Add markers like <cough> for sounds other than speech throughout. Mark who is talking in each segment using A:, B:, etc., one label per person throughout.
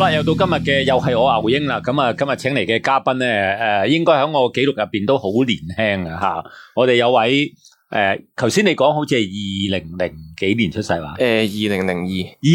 A: 啊，又到今日嘅又係我牛英啦。咁啊，今日請嚟嘅嘉賓咧，诶、應該喺我記錄入边都好年輕啊吓。我哋有位诶，头、先你講好似係二零零幾年出世話，二
B: 诶，呃二零零二，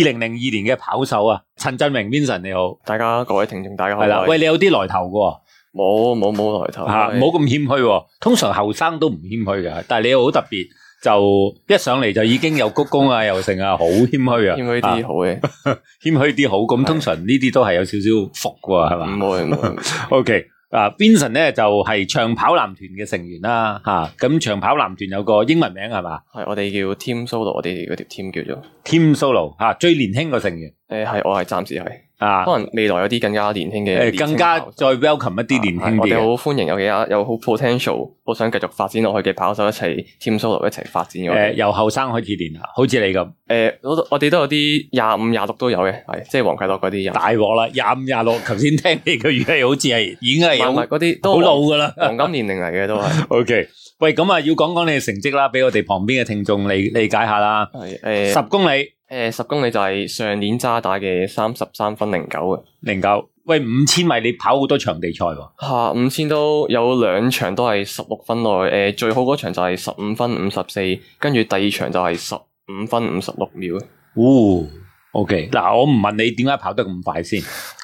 A: 零零二年嘅跑手啊，陳振榮 Vincent 你好，
B: 大家各位聽眾，大家好。
A: 係啦，
B: 我
A: 喂
B: 係
A: 你有啲來頭噶、喎。
B: 冇冇冇來頭
A: 吓，
B: 我係
A: 唔好咁謙虛喎。通常後生都唔謙虛嘅，但係你又好特別，就一上嚟就已經有鞠躬啊，又成啊，好謙虛啊，
B: 應該
A: 啊
B: 啲好嘅，
A: 謙虛啲好。咁通常呢啲都係有少少服喎， <laughs> 係嘛
B: 唔好嘅唔好嘅。
A: ？OK。啊，Vincent 咧就係、長跑男團嘅成員啦，嚇、咁長跑男團有個英文名係嘛
B: 係我哋叫 Team Solo，我哋嗰條 team 叫做
A: ？Team Solo 嚇、最年輕個成員
B: 诶，係我係暫時係，
A: 啊，
B: 可能未來有啲更加年輕
A: 誒、
B: 嘅哦年青
A: 更加
B: 跑手啊
A: 再 welcome 一啲年輕
B: 係我
A: 啲
B: 哋
A: 嘅。
B: 好歡迎有幾家有好 potential，好想繼續發展落去嘅跑手一齊 Team Solo 一齊發展嘅
A: 誒、
B: 我哋。
A: 由後生開始練啦，啊好似你咁
B: 诶，我我哋都有啲廿五、廿六都有嘅，係即係黃啟樂嗰啲有。
A: 大鑊啦，廿五廿六，頭先聽你個語氣好似係已經係
B: 唔係唔
A: 有
B: 係嗰啲都
A: 好老噶啦。
B: 黃金年齡嚟嘅都係
A: O K，喂，咁啊，要講講你嘅成績啦，俾我哋旁邊嘅聽眾理理解下啦。 <laughs>
B: 係诶
A: 十公里
B: 诶呃十公里就係上年渣打嘅三十三分零九嘅。
A: 零九，喂，五千米你跑好多場地賽喎，
B: 下五千都有兩場都係十六分內，诶、最好嗰場就係十五分五十四，跟住第二場就係十五分五十六秒。
A: 哦，O K，嗱，我唔問你點解跑得咁快
B: <laughs>
A: 先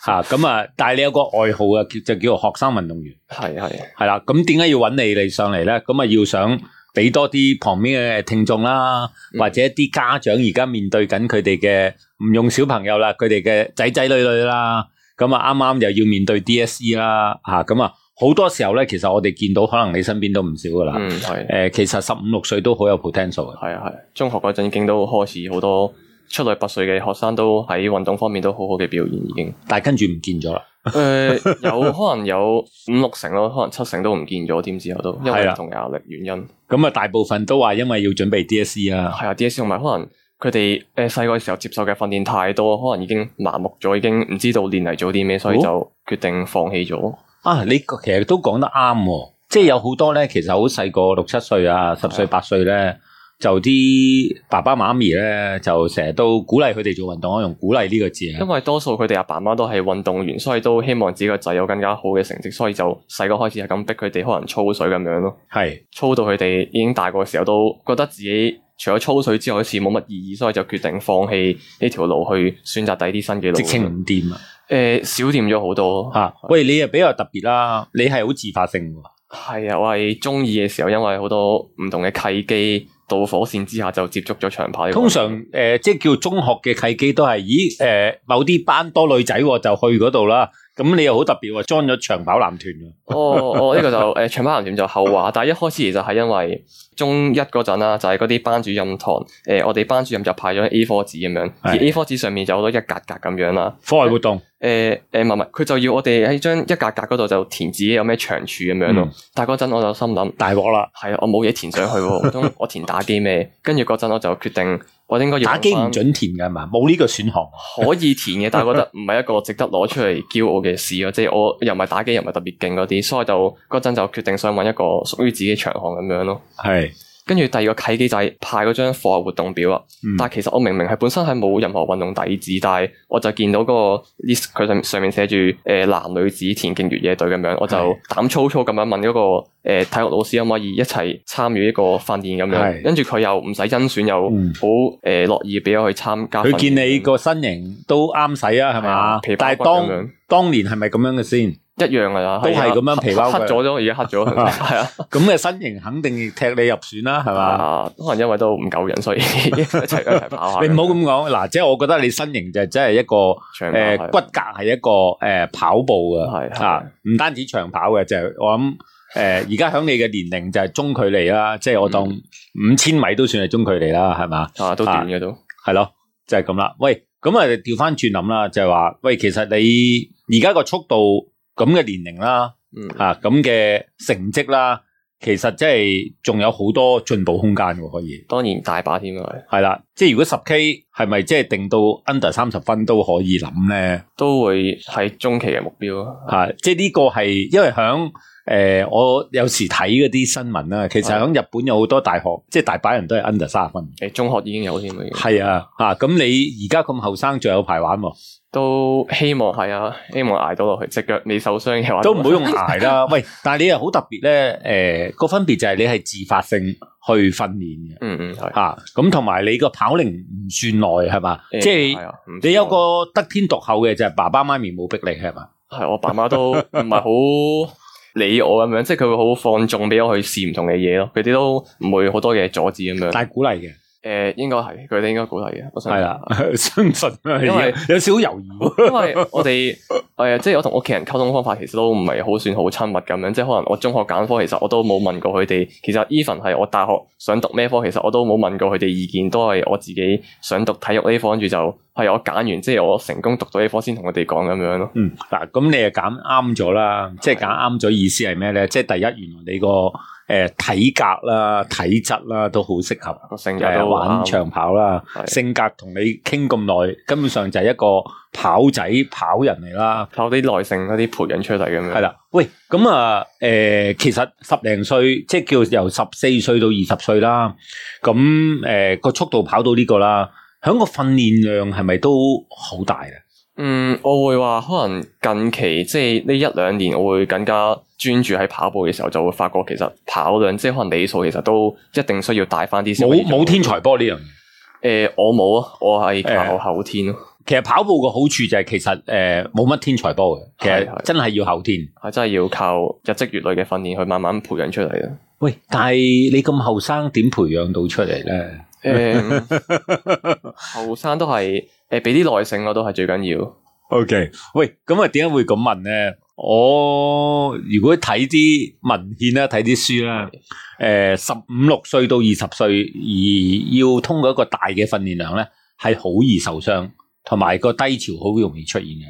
A: 吓，咁啊，但係你有個愛好啊，叫就叫做學生運動員，
B: 係係
A: 係啦，咁點解要揾你嚟上嚟咧？咁啊，要想俾多啲旁邊嘅聽眾啦，
B: 嗯
A: 或者一啲家長而家面對緊佢哋嘅唔用小朋友啦，佢哋嘅仔仔女女啦，咁啊啱啱又要面對 DSE 啦，吓咁啊好多時候咧，其實我哋見到可能你身邊都唔少噶啦。
B: 嗯係
A: 诶、其實十五六歲都好有 potential 嘅，
B: 係啊係，中學嗰陣已經都開始好多出類拔萃嘅學生都喺運動方面都好好嘅表現已經。
A: 但係跟住唔見咗啦。
B: 诶、有可能有五六成咯，可能七成都唔見咗添，之後都因
A: 係
B: 為
A: 啊
B: 唔同嘅壓力原因。
A: 咁啊，大部分都話因為要準備 E DSE 啦。
B: 係啊，DSE 同埋可能佢哋誒細個嘅時候接受嘅訓練太多，可能已經麻木咗，已經唔知道練嚟做啲咩，所以就決定放棄咗。
A: 啊，你其實都講得啱喎，即係有好多咧，其實好細個六七歲啊、十歲八歲咧，就啲爸爸媽咪咧就成日都鼓勵佢哋做運動，我用鼓勵呢個字
B: 因
A: 啊。
B: 為多數佢哋阿爸媽都係運動員，所以都希望自己個仔有更加好嘅成績，所以就細個開始係咁逼佢哋，可能操水咁樣咯，
A: 係
B: 操到佢哋已經大個嘅時候都覺得自己。除咗操水之外，好似冇乜意義，所以就決定放棄呢條路，去選擇第啲新嘅路。
A: 直情唔掂啊！
B: 誒、少掂咗好多。
A: 嚇，喂，你又比較特別啦，你係好自發性喎。
B: 係啊，我係中意嘅時候，因為好多唔同嘅契機，導火線之下就接觸咗長跑呢個運動。
A: 通常誒、呃即係叫中學嘅契機都係，咦誒、呃某啲班多女仔喎、就去嗰度啦。咁你又好特別喎、裝 join 咗長跑男團喎。
B: 哦，我呢個就誒長跑男團就後話，但係一開始其實係因為中一嗰陣啦，就係嗰啲班主任堂，誒、我哋班主任就派咗 A 科紙咁樣，而
A: 係
B: A 科紙上面就好多一格格咁樣啦。
A: 課外活動，
B: 誒誒，唔係唔係，佢就要我哋喺張一格格嗰度就填自己有咩長處咁樣咯。
A: 嗯
B: 但係嗰陣我就心諗。
A: 大鑊啦！
B: 係啊，我冇嘢填上去喎，唔通我填打機咩？跟住嗰陣我就決定，我應該要
A: 打機
B: 用
A: 唔
B: 返
A: 準填㗎係嘛，冇呢個選項。啊
B: 可以填嘅，但係我覺得唔係一個值得攞出嚟驕傲嘅事咯。即係我又唔係打機，又唔係特別勁嗰啲，所以就嗰陣就決定想揾一個屬於自己長項咁樣咯。
A: 係，
B: 跟住第二個契機就係派嗰張課外活動表啊，
A: 嗯
B: 但係其實我明明係本身係冇任何運動底子，但係我就見到嗰個 list 佢上上面寫住誒、呃男女子田徑越野隊咁樣，我就
A: 係
B: 膽粗粗咁樣問嗰、個誒、呃、體育老師可唔可以一齊參與呢個訓練咁
A: 係
B: 樣，跟住佢又唔使甄選，又
A: 嗯
B: 好誒樂意俾我去參加訓練咁樣。
A: 佢見你個身形都啱使啊，係
B: 係
A: 嘛
B: 啊皮？包
A: 但係
B: 骨咁
A: 當
B: 樣
A: 當年係咪咁樣嘅先？
B: 一樣噶啦，
A: 都係
B: 啊
A: 咁樣皮包佢
B: 黑黑咗咗，而家黑咗， <laughs> 係啊，
A: 咁嘅身形肯定踢你入選啦，係嘛？
B: 啊，可能因為都唔夠人，
A: <laughs>
B: 所以一齊一齊跑下。
A: 你唔好咁講嗱，即係我覺得你身形就真係一個。
B: 長啊
A: 誒
B: 跑係
A: 骨骼係一個誒跑步嘅，
B: 係係
A: 嚇，唔單止長跑嘅，就係我諗誒而家響你嘅年齡就係中距離啦，即係我當
B: 嗯
A: 五千米都算係中距離啦，係嘛？
B: 啊，都短嘅都
A: 係咯，就係咁啦。喂，咁啊調翻轉諗啦，就係話喂，其實你而家個速度咁嘅年齡啦，
B: 嗯。
A: 嚇咁嘅成績啦，其實即係仲有好多進步空間喎，可以。
B: 當然大把添啊，係
A: 係啦，即係如果十 K 係咪即係定到 under 三十分都可以諗咧？
B: 都會係中期嘅目標啊。
A: 啊，即係呢個係因為響誒、诶、我有時睇嗰啲新聞啦，其實喺日本有好多大學，即係大把人都係 under 三十分。
B: 诶，中學已經有添啦，已經
A: 係啊，吓、咁你而家咁後生，仲有排玩喎，
B: 都希望係啊，希望捱到落去。只腳未受傷嘅話，
A: 都唔好用捱啦。喂，但係你又好特別咧，诶、個分別就係你係自發性去訓練嘅，
B: <laughs> 嗯。嗯嗯，係。
A: 吓咁同埋你個跑齡唔算耐係嘛，
B: 誒
A: 即係
B: 係啊唔
A: 你有
B: 錯
A: 個得天獨厚嘅就係爸爸媽咪冇逼你係嘛，
B: 係我爸媽都唔係好理我咁樣，即係佢會好放縱俾我去試唔同嘅嘢咯。佢哋都唔會好多嘢阻止咁樣。
A: 但係鼓勵嘅
B: 诶、呃應該係佢哋應該鼓勵嘅，我相
A: 係
B: 信。
A: 啦， <laughs> 相信啊
B: 因為
A: 有少少猶
B: <laughs>
A: 豫。
B: 因為我哋诶、即係我同屋企人溝通方法其實都唔係好算好親密咁樣，即係可能我中學揀科，其實我都冇問過佢哋。其實 even 係我大學想讀咩科，其實我都冇問過佢哋意見，都係我自己想讀體育呢科，跟住就係我揀完，即係我成功讀到呢科先同佢哋講咁樣咯。
A: 嗯，嗱，咁你又揀啱咗啦，即係揀啱咗意思係咩咧？即係第一，原來你個诶、呃体格啦、體質啦都好適合
B: 個性格
A: 诶
B: 都
A: 啊玩
B: 啱
A: 長跑啦，
B: 係
A: 性格同你傾咁耐，根本上就係一個跑仔跑人嚟啦，
B: 靠啲耐性嗰啲培養出嚟咁樣。
A: 係啦。喂，咁啊，诶、其實十零歲即係叫由十四歲到二十歲啦，咁诶個速度跑到呢個啦，喺個訓練量係咪都好大咧？
B: 嗯，我會話可能近期即係呢一兩年，我會更加專注喺跑步嘅時候，就會發覺其實跑量即係可能里數其實都一定需要帶翻啲先可以
A: 冇
B: 做。
A: 冇天才波呢樣嘢？
B: 诶、我冇啊，我係
A: 誒
B: 靠後天咯，
A: 其實跑步個好處就係其實诶冇乜天才波嘅，其
B: 係
A: 實
B: 係
A: 真係要後天。
B: 係真係要靠日積月累嘅訓練去慢慢培養出嚟
A: <laughs>
B: 嘅。
A: 喂，但係你咁後生點培養到出嚟咧？
B: 诶、嗯後生都係诶，俾、啲耐性我都係最緊要。
A: O、k 喂，咁啊，點解會咁問咧？我如果睇啲文獻啦，睇啲書啦，诶、十五六歲到二十歲，而要通過一個大嘅訓練量咧，係好易受傷，同埋個低潮好容易出現嘅。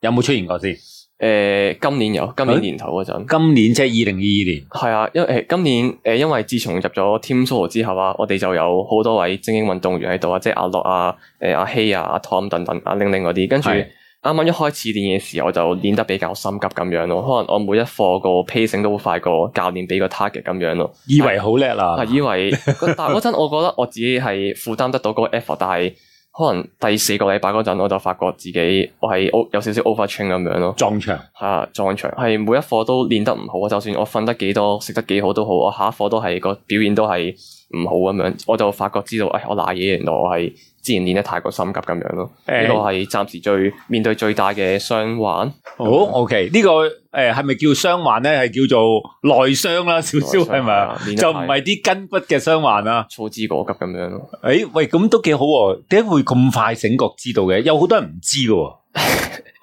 A: 有冇出現過先？
B: 诶、今年有，今
A: 誒
B: 年年頭嗰陣。
A: 今年即係二零二二年，
B: 係啊，因為誒今年誒、因為自從入咗 Team Solo 之後啊，我哋就有好多位精英運動員喺度啊，即係阿樂啊、誒、阿希啊、阿 Tom 等等、阿玲玲嗰啲，跟住。
A: 係
B: 啱啱一開始練嘅時候，我就練得比較心急咁樣咯。可能我每一課個 pacing 都會快過教練俾個 target 咁樣咯。
A: 以為好叻啦
B: 啊，。以為但嗰陣我覺得我自己係負擔得到嗰個 effort，但係可能第四個禮拜嗰陣我就發覺自己我係 o- 有少少 overtrain 咁樣咯。
A: 撞牆
B: 係啊，撞牆係每一課都練得唔好啊，就算我瞓得幾多、食得幾好都好，我下一課都係個表現都係唔好咁樣，我就發覺知道，唉、我賴嘢，原來我係之前練得太過心急咁樣咯。
A: 誒
B: 呢個係暫時最面對最大嘅傷患。
A: 好，OK，呢、個个诶系咪叫傷患咧？係叫做內傷啦，少少
B: 內傷
A: 係咪啊
B: 係啊？
A: 就唔係啲筋骨嘅傷患啊？
B: 操之過急咁樣咯，
A: 诶、喂，咁都幾好喎、點解會咁快醒覺知道嘅？有好多人唔知嘅喎、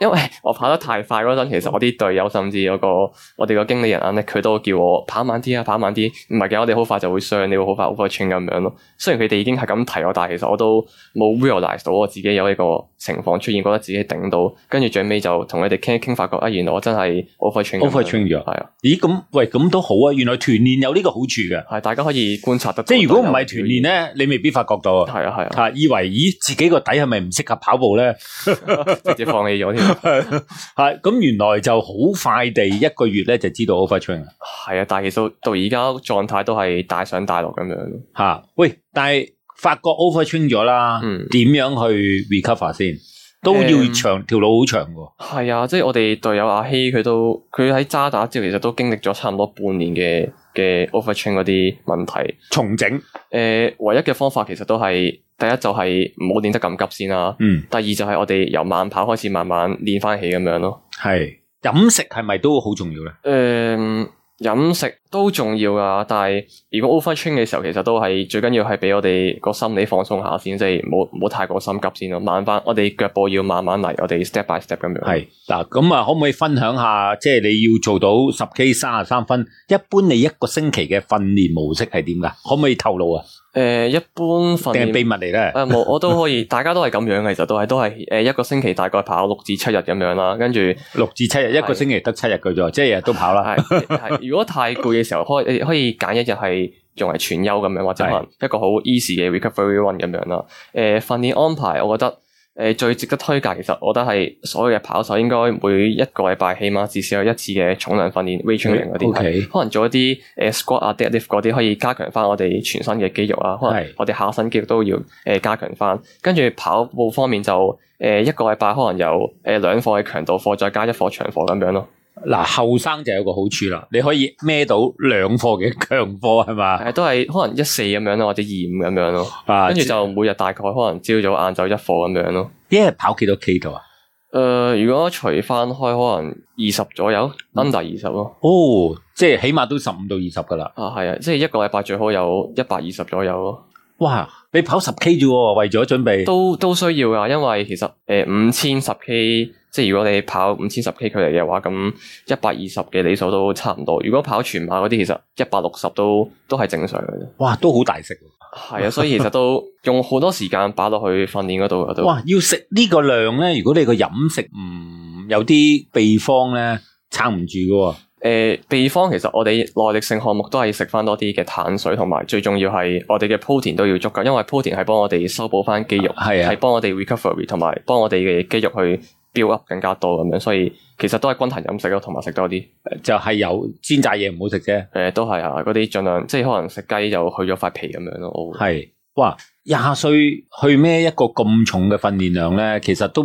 B: 因為 <laughs> 我跑得太快嗰陣，其實我啲隊友甚至有個我哋個經理人咧，佢都叫我跑慢啲啊，跑慢啲。唔係嘅，我哋好快就會傷，你會好快 overtrain 咁樣咯。雖然佢哋已經係咁提我，但係其實我都冇 realise 到我自己有呢個情況出現，覺得自己頂到，跟住最尾就同佢哋傾一傾，發覺啊，原來我真係 overtrain 咁樣。
A: overtrain 咗
B: 係啊，
A: 咦，咁喂，咁都好啊！原來團練有呢個好處嘅，
B: 係大家可以觀察得到。
A: 即係如果唔係團練，咧，你未必發覺到啊。
B: 係啊係啊，
A: 吓，以為咦自己個底係咪唔適合跑步咧？
B: 直接放棄咗添。
A: 吓，咁原來就好快地一個月咧就知道 overtrain 啦。
B: 係啊，但係其實到而家狀態都係大上大落咁樣咯。
A: 吓、喂，但系發覺 overtrain 咗啦，
B: 嗯
A: 點樣去 recover 先？都要
B: 誒
A: 長條路好長喎。
B: 係啊，即係我哋隊友阿希佢都佢喺渣打之後，其實都經歷咗差唔多半年嘅嘅 overtrain 嗰啲問題。
A: 重整，
B: 诶、唯一嘅方法其實都係第一就係唔好練得咁急先啦。
A: 嗯，
B: 第二就係我哋由慢跑開始慢慢練翻起咁樣咯。
A: 係飲食係咪都好重要咧？
B: 诶、飲食都重要噶，但係如果 overtrain 嘅時候，其實都係最緊要係俾我哋個心理放鬆下先，即係唔好唔好太過心急先咯。慢翻，我哋腳步要慢慢嚟，我哋 step by step 咁樣。
A: 係嗱，咁啊，可唔可以分享下，即係你要做到十 K 三十三分，一般你一個星期嘅訓練模式係點噶？可唔可以透露啊？
B: 诶、一般訓
A: 定係
B: 練
A: 秘密嚟咧？
B: 啊冇，我都可以，大家都係咁樣嘅，其實都係都係诶一個星期大概跑六至七日咁樣啦，跟住
A: 六至七日，一個星期得七日嘅啫，即係日日都跑啦。
B: 係係 <laughs> 如果太攰嘅時候，可以可以揀一日係用嚟全休咁樣，或者可能一個好 easy 嘅 recovery run 呃咁樣啦。诶、訓練安排我覺得誒最值得推介，其實我覺得係所有嘅跑手應該每一個禮拜起碼至少有一次嘅重量訓練 weight training 嗰啲，
A: 嗯 OK
B: 可能做一啲誒 squat 啊 deadlift 嗰啲，可以加強翻我哋全身嘅肌肉啊，可能
A: 係
B: 我哋下身肌肉都要誒加強翻。跟住跑步方面就誒一個禮拜可能有誒兩課嘅強度課，再加一課長課咁樣咯。
A: 嗱，後生就有個好處啦，你可以孭到兩課嘅強課係嘛？
B: 誒都係可能一四咁樣咯，或者二五咁樣咯。
A: 啊，
B: 跟住就每日大概可能朝早晏晝一課咁樣咯。
A: 一日跑幾多 K 度啊？
B: 誒、如果除翻開可能二十左右，under 二十咯。
A: 哦，即係起碼都十五到二十噶啦。
B: 啊，係啊，即係一個禮拜最好有一百二十左右咯，
A: 哇，你跑十 K 啫喎，為咗準備。
B: 都都需要噶，因為其實誒五千十 K，即係如果你跑五千十 K 距離嘅話，咁一百二十嘅里數都差唔多。如果跑全馬嗰啲，其實一百六十都都係正常嘅啫。
A: 哇，都好大食喎。
B: 係啊，所以其實都用好多時間擺落去訓練嗰度嗰度。
A: 哇，要食呢個量咧，如果你個飲食唔有啲秘方咧，撐唔住噶。
B: 誒、呃秘方其實我哋耐力性項目都係食翻多啲嘅碳水，同埋最重要係我哋嘅 protein 都要足夠，因為 protein 係幫我哋修補翻肌肉，
A: 係啊
B: 係幫我哋 recovery，同埋幫我哋嘅肌肉去 build up 更加多咁樣，所以其實都係均衡飲食咯，同埋食多啲。誒、
A: 就係有煎炸嘢唔好食啫。
B: 都係啊，嗰啲盡量即係可能食雞就去咗塊皮咁樣咯。我會
A: 係，哇，廿歲去孭一個咁重嘅訓練量咧，其實都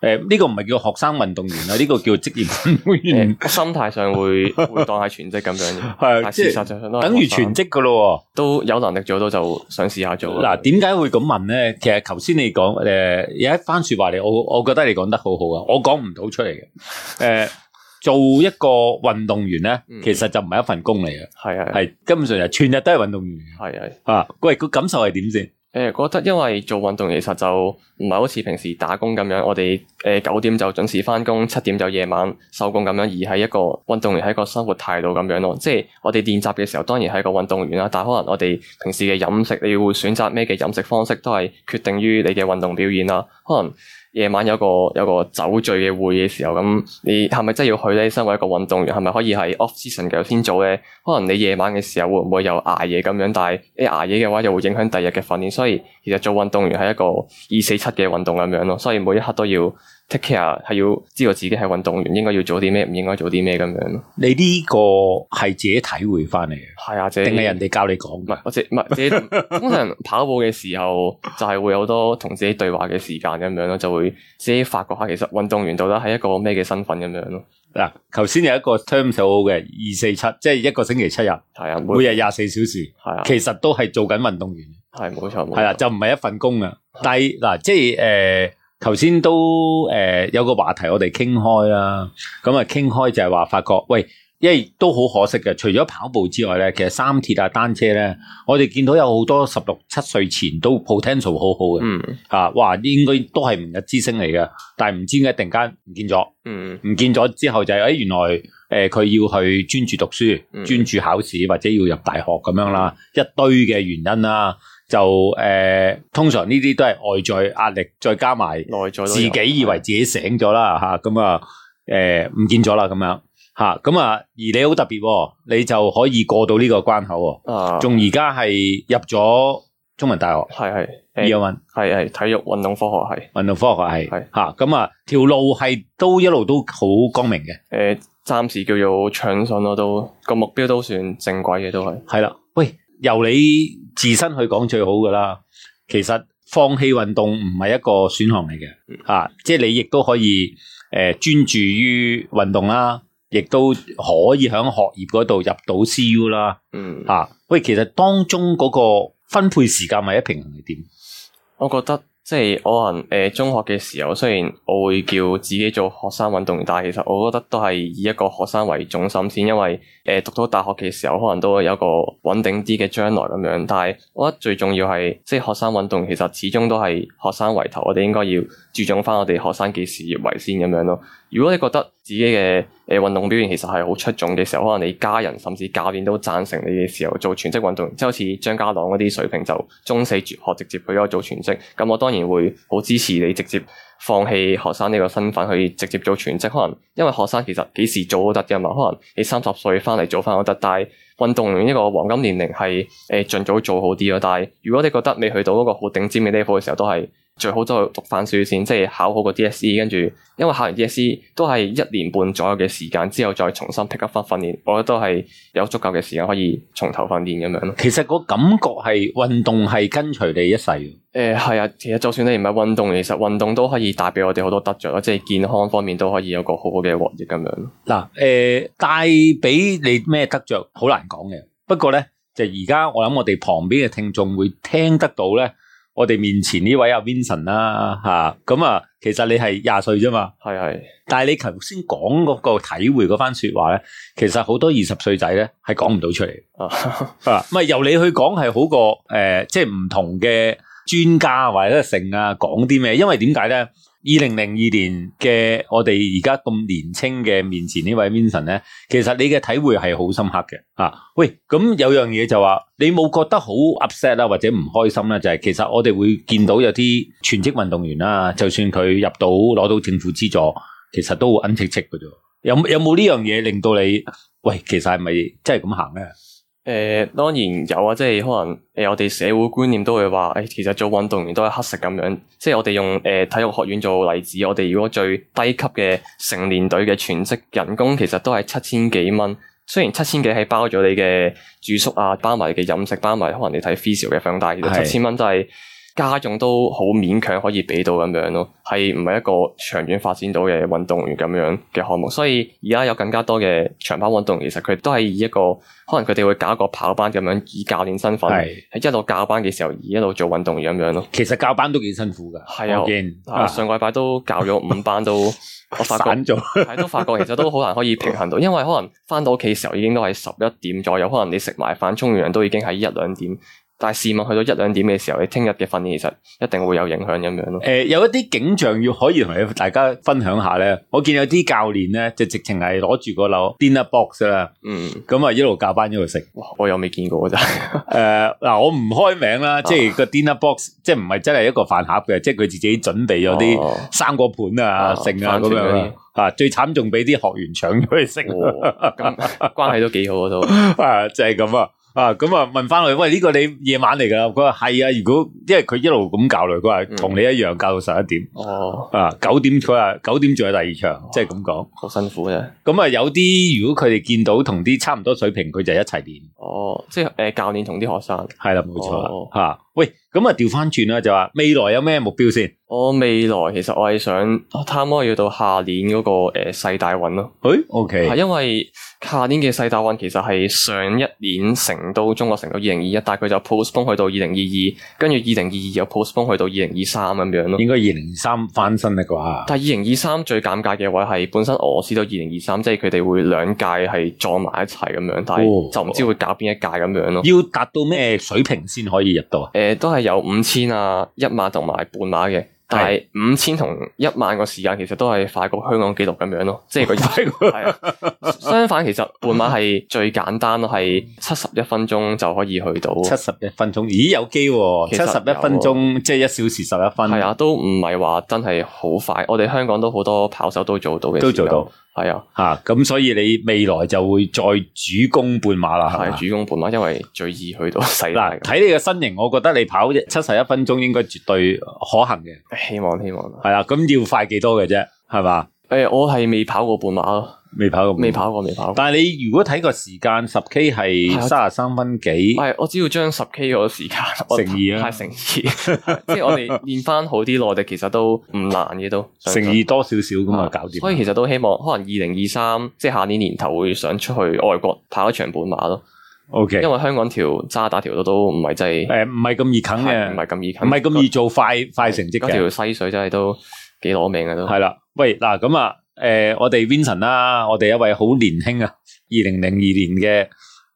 A: 诶呢、個唔係叫學生運動員啦，呢、個叫職業運動
B: <laughs>
A: 員，
B: 誒呃心態上會會當係全職咁樣嘅，
A: <laughs> 係啊
B: 但
A: 即
B: 事實
A: 係
B: 上都係
A: 等於
B: 學
A: 全
B: 生
A: 職噶咯喎。
B: 都有能力做到就想試下做咯。
A: 嗱，點解會咁問咧？其實頭先你講诶、誒有一番说話嚟，我我觉得你講得好好啊，我講唔到出嚟嘅。诶、做一個運動員咧，
B: 嗯
A: 其實就唔係一份工嚟嘅，
B: 係啊，
A: 係根本上就全日都係運動員嘅
B: 係啊。
A: 啊。喂，個感受係點先？
B: 誒、呃覺得因為做運動其實就唔係好似平時打工咁樣，我哋誒九點就準時翻工，七點就夜晚收工咁樣，而係一個運動員係一個生活態度咁樣咯。即係我哋練習嘅時候，當然係一個運動員啦，但係可能我哋平時嘅飲食，你會選擇咩嘅飲食方式，都係決定於你嘅運動表現啦。可能夜晚有個有個酒醉嘅會嘅時候，咁你係咪真係要去咧？身為一個運動員，係咪可以係 off season 嘅時候先做咧？可能你夜晚嘅時候會唔會又捱夜咁樣？但係你捱夜嘅話，又會影響第二日嘅訓練。所以其實做運動員係一個二四七嘅運動咁樣咯。所以每一刻都要 take care，係要知道自己係運動員應該要做啲咩，唔應該做啲咩咁樣咯。
A: 你呢個係自己體會翻嚟嘅。
B: 係啊，即
A: 定係人哋教你講
B: 唔係，我自唔係
A: <laughs>
B: 自己通常跑步嘅時候，就係會有好多同自己對話嘅時間咁樣咯，就會自己發覺下其實運動員到底係一個咩嘅身份咁樣咯。
A: 嗱，頭先有一個 term 就好嘅，二四七，即係一個星期七日，
B: 係啊，每
A: 每日廿四小時，
B: 係啊，
A: 其實都係做緊運動員，
B: 係冇錯冇
A: 係啦，啊
B: 錯，
A: 就唔係一份工啊。但係嗱，即係诶，头先都诶、呃有個話題我哋傾開啦，咁啊傾開就係話發覺，喂，因為都好可惜嘅，除咗跑步之外咧，其實三鐵啊、單車咧，我哋見到有好多十六七歲前都 potential 好好嘅，
B: 嗯
A: 啊，哇，應該都係明日之星嚟嘅，但係唔知點解突然間唔見咗。
B: 嗯
A: 唔見咗之後就係、哎原來誒佢、要去專注讀書、
B: 嗯
A: 專注考試或者要入大學咁樣啦，一堆嘅原因啦，就誒、通常呢啲都係外在壓力，再加埋
B: 內在都有嗯
A: 自己以為自己醒咗啦嚇，咁啊誒唔見咗啦咁樣嚇，咁啊而你好特別喎，你就可以過到呢個關口喎，
B: 啊，
A: 仲而家係入咗中文大學
B: 係係
A: 醫
B: 誒
A: 學運
B: 係係體育運動科學係
A: 運動科學系
B: 係
A: 嚇，咁啊條路係都一路都好光明嘅。
B: 誒，暫時叫做暢順咯，都個目標都算正軌嘅都係。
A: 系啦，喂，由你自身去講最好噶啦。其實放棄運動唔係一個選項嚟嘅，啊，即係你亦都可以诶专、專注於運動啦，亦都可以喺學業嗰度入到 CU 啦，
B: 嗯，
A: 啊，喂，其實當中嗰個分配時間或者平衡係點？
B: 我覺得即係我可能誒、呃中學嘅時候，雖然我會叫自己做學生運動員，但係其實我覺得都係以一個學生為重心先，因為誒、呃、讀到大學嘅時候，可能都有一個穩定啲嘅將來咁樣。但係我覺得最重要係即係學生運動，其實始終都係學生為頭，我哋應該要注重翻我哋學生嘅事業為先咁樣咯。如果你覺得自己嘅誒運動表現其實係好出眾嘅時候，可能你家人甚至教練都贊成你嘅時候做全職運動員，即係好似張家朗嗰啲水平就中四輟學直接去咗做全職，咁我當然會好支持你直接放棄學生呢個身份去直接做全職，可能因為學生其實幾時做都得㗎嘛，可能你三十歲翻嚟做翻都得，但係運動員呢個黃金年齡係誒盡早做好啲咯。但係如果你覺得未去到嗰個好頂尖嘅 level 嘅時候，都係最好都係讀翻書先，即係考好個 DSE，跟住因為考完 DSE 都係一年半左右嘅時間之後，再重新 pick up 翻訓練，我覺得都係有足夠嘅時間可以從頭訓練咁樣咯。
A: 其實個感覺係運動係跟隨你一世嘅。
B: 誒係啊，其實就算你唔係運動，其實運動都可以帶俾我哋好多得着咯，即係健康方面都可以有個好好嘅獲益咁樣。
A: 嗱，诶、帶俾你咩得着，好難講嘅。不過咧，就而家我諗我哋旁邊嘅聽眾會聽得到咧，我哋面前呢位阿 Vincent 啦、吓咁啊，其實你係廿歲啫嘛，
B: 係係
A: 但係你頭先講嗰個體會嗰番说話咧，其實好多二十歲仔咧係講唔到出嚟，
B: 啊，
A: 啊，唔係由你去講係好過诶、誒即係唔同嘅專家或者成啊講啲咩，因為點解咧？二零零二年嘅我哋而家咁年青嘅面前呢位 Vincent 咧，其實你嘅體會係好深刻嘅啊！喂，咁有樣嘢就話你冇覺得好 upset 啦，或者唔開心啦，就係、其實我哋會見到有啲全職運動員啦，就算佢入到攞到政府資助，其實都好恩戚戚嘅啫。有有冇呢樣嘢令到你喂，其實係咪真係咁行咧？
B: 誒、呃當然有啊，即係可能誒、我哋社會觀念都會話，誒、哎其實做運動員都係乞食咁樣，即係我哋用誒、呃體育學院做例子，我哋如果最低級嘅成年隊嘅全職人工其實都係七千幾蚊，雖然七千幾係包咗你嘅住宿啊，包埋你嘅飲食，包埋可能你睇 f i s i 嘅費用，但係其
A: 係
B: 實七千蚊都係。家用都好勉強可以俾到咁樣咯，係唔係一個長遠發展到嘅運動員咁樣嘅項目？所以而家有更加多嘅長跑運動員，其實佢都係以一個可能佢哋會搞一個跑班咁樣，以教練身份
A: 係
B: 喺一路教班嘅時候，而一路做運動員咁樣咯。
A: 其實教班都幾辛苦噶，
B: 係啊
A: 我見
B: 啊，
A: 啊
B: 上個禮拜都教咗五
A: <laughs>
B: 班都，我發覺
A: 散
B: <laughs>
A: 咗，
B: 係都發覺其實都好難可以平衡到，因為可能翻到屋企嘅時候已經都係十一點左右，可能你食埋飯、沖完涼都已經係一兩點。但係試問去到一兩點嘅時候，你聽日嘅訓練其實一定會有影響咁樣咯。
A: 诶、有一啲景象要可以同你大家分享下咧。我見有啲教練咧，就直情係攞住個樓 dinner box 啦，
B: 嗯，
A: 咁啊一路教班一路食。
B: 哇我又未見過真係。
A: 诶、嗱，我唔開名
B: 啊
A: 啦，即係個 dinner box，即係唔係真係一個飯盒嘅，即係佢自己準備咗啲
B: 哦
A: 生果盤啊、
B: 哦
A: 剩啊
B: 番
A: 咁
B: 茄嗰
A: 樣
B: 啲
A: 啊。最慘仲俾啲學員搶咗去食。
B: 哇咁關係都幾好嗰度。
A: <laughs> 啊，就係咁啊。啊，咁啊，問翻佢，喂，呢、個你夜晚嚟噶啦？佢話係啊，如果因為佢一路咁教嚟，佢
B: 嗯
A: 話同你一樣教到十一點，
B: 哦，
A: 啊，九點佢話九點仲有第二場，即係咁講。
B: 好辛苦啫。
A: 咁啊，有啲如果佢哋見到同啲差唔多水平，佢就一齊練，
B: 哦，即係誒教練同啲學生。
A: 係啦，冇錯啦
B: 哦，
A: 嚇、喂，咁啊，調翻轉啦，就話未來有咩目標先？
B: 我未來其實我係想，啊我貪摩要到下年嗰、個誒世大運咯，
A: 誒
B: 係
A: ，OK，
B: 因為下年嘅世大運其實係上一年成都中國成都二零二一，但係佢就 postpone 去到二零二二，跟住二零二二又 postpone 去到二零二三咁樣咯。
A: 應該二零三翻身啦啩？
B: 但係二零二三最尷尬嘅位係本身俄羅斯到二零二三，即係佢哋會兩屆係撞埋一齊咁樣，但
A: 哦
B: 係就唔知會搞邊一屆咁樣咯。
A: 要達到咩水平先可以入到啊？
B: 誒、呃都係有五千啊、一萬同埋半馬嘅，但係五千同一萬個時間其實都係快過香港紀錄咁
A: <laughs>
B: 樣咯，即係個係啊。相反，其實半馬係最簡單咯，係七十一分鐘就可以去到。
A: 七十一分鐘，咦有機喎、
B: 哦其
A: 七
B: 實
A: 十
B: 有
A: 一分鐘即係一小時十一分，
B: 係啊，都唔係話真係好快，我哋香港都好多跑手都做到嘅，
A: 都做到。
B: 係啊，
A: 吓，咁、所以你未來就會再主攻半馬啦，係嘛？
B: 係主攻半馬，因為最易去到世界
A: 嗱，
B: 嘅。
A: 睇你嘅身形，我覺得你跑七十一分鐘應該絕對可行嘅，
B: 希望希望啦。
A: 係啦。咁要快幾多嘅啫，係嘛？
B: 誒、我係未跑過半馬咯，
A: 未跑過，
B: 未。跑過，未跑過。
A: 但係你如果睇個時間，十 K 係
B: 係啊
A: 三十三分幾，
B: 系，我只要將十 K 嗰個時間 <laughs> 我
A: 乘以啊
B: 係乘以， <laughs> 即係我哋練翻好啲內力，其實都唔難嘅都。
A: 乘以多少少咁啊，
B: 啊
A: 搞掂。
B: 所以其實都希望可能二零二三，即係下年年頭會想出去外國跑一場半馬咯，
A: O K，
B: 因為香港條渣打條路都唔係真係
A: 誒唔係咁易啃
B: 係
A: 嘅，
B: 唔
A: 唔
B: 係咁易啃，
A: 係咁易做快快成績
B: 嗰
A: 嘅，
B: 條西水真係都幾攞命嘅都。
A: 係啦。喂，嗱咁啊，誒我哋 Vincent 啦，我哋一位好年輕啊，二零零二年嘅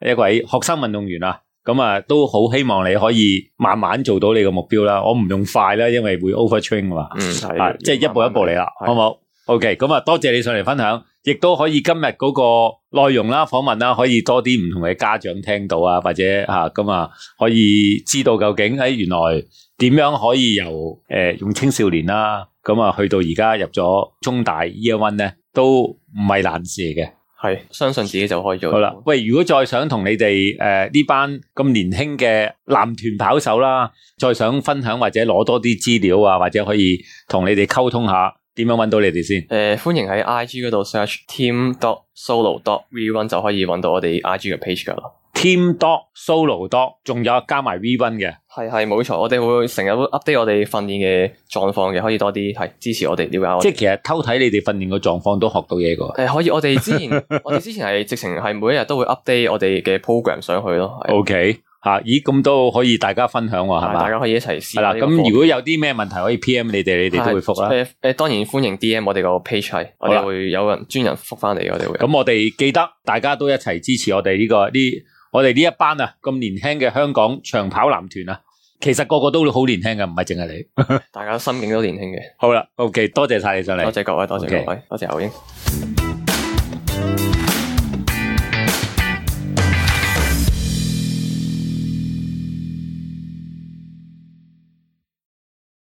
A: 一位學生運動員啊。咁啊，都好希望你可以慢慢做到你個目標啦。我唔用快啦，因為會 overtrain 噶嘛。
B: 嗯，係
A: 啊，即係一步一步嚟啦，好
B: 係
A: 冇？OK，咁啊，多謝你上嚟分享，亦都可以今日嗰個內容啦、訪問啦，可以多啲唔同嘅家長聽到啊，或者吓咁啊，可以知道究竟喺、哎原來點樣可以由诶、呃用青少年啦，咁啊去到而家入咗中大 Year One 咧，都唔係難事嚟嘅。
B: 系相信自己就可以做到。
A: 好啦，喂，如果再想同你哋诶呢班咁年輕嘅男團跑手啦，再想分享或者攞多啲資料啊，或者可以同你哋溝通下，點樣揾到你哋先？
B: 诶、歡迎喺 I G 嗰度 search team dot solo dot rerun 就可以揾到我哋 I G 嘅 page 噶啦。
A: team dot solo dot，仲有加埋 V one 嘅。
B: 係係冇錯，我哋會成日都 update 我哋訓練嘅狀況嘅，可以多啲係支持我哋了解我
A: 即係
B: 哋。
A: 其實偷睇你哋訓練個狀況都學到嘢噶。
B: 誒、可以，我哋之前
A: <laughs>
B: 我哋之前係直情係每一日都會 update 我哋嘅 program 上去咯，係
A: OK，吓、咦，咁都可以大家分享喎，係
B: 大
A: 嘛？
B: 家可以一齊試
A: 係啦，
B: 下呢個課。
A: 咁如果有啲咩問題可以 PM 你哋，你哋都會覆啦。
B: 誒誒，當然歡迎 D M 我哋個 page 係，我
A: 好啦
B: 哋會有人專人覆翻嚟，我哋會。
A: 咁我哋記得大家都一齊支持我哋呢、個呢，我哋呢一班啊咁年輕嘅香港長跑男團啊，其實個個都好年輕嘅，唔係淨係你。
B: 大家心境都年輕嘅，
A: 好啦，OK，多謝晒你上嚟
B: 多。謝各位，多謝
A: OK
B: 各位，多謝牛英。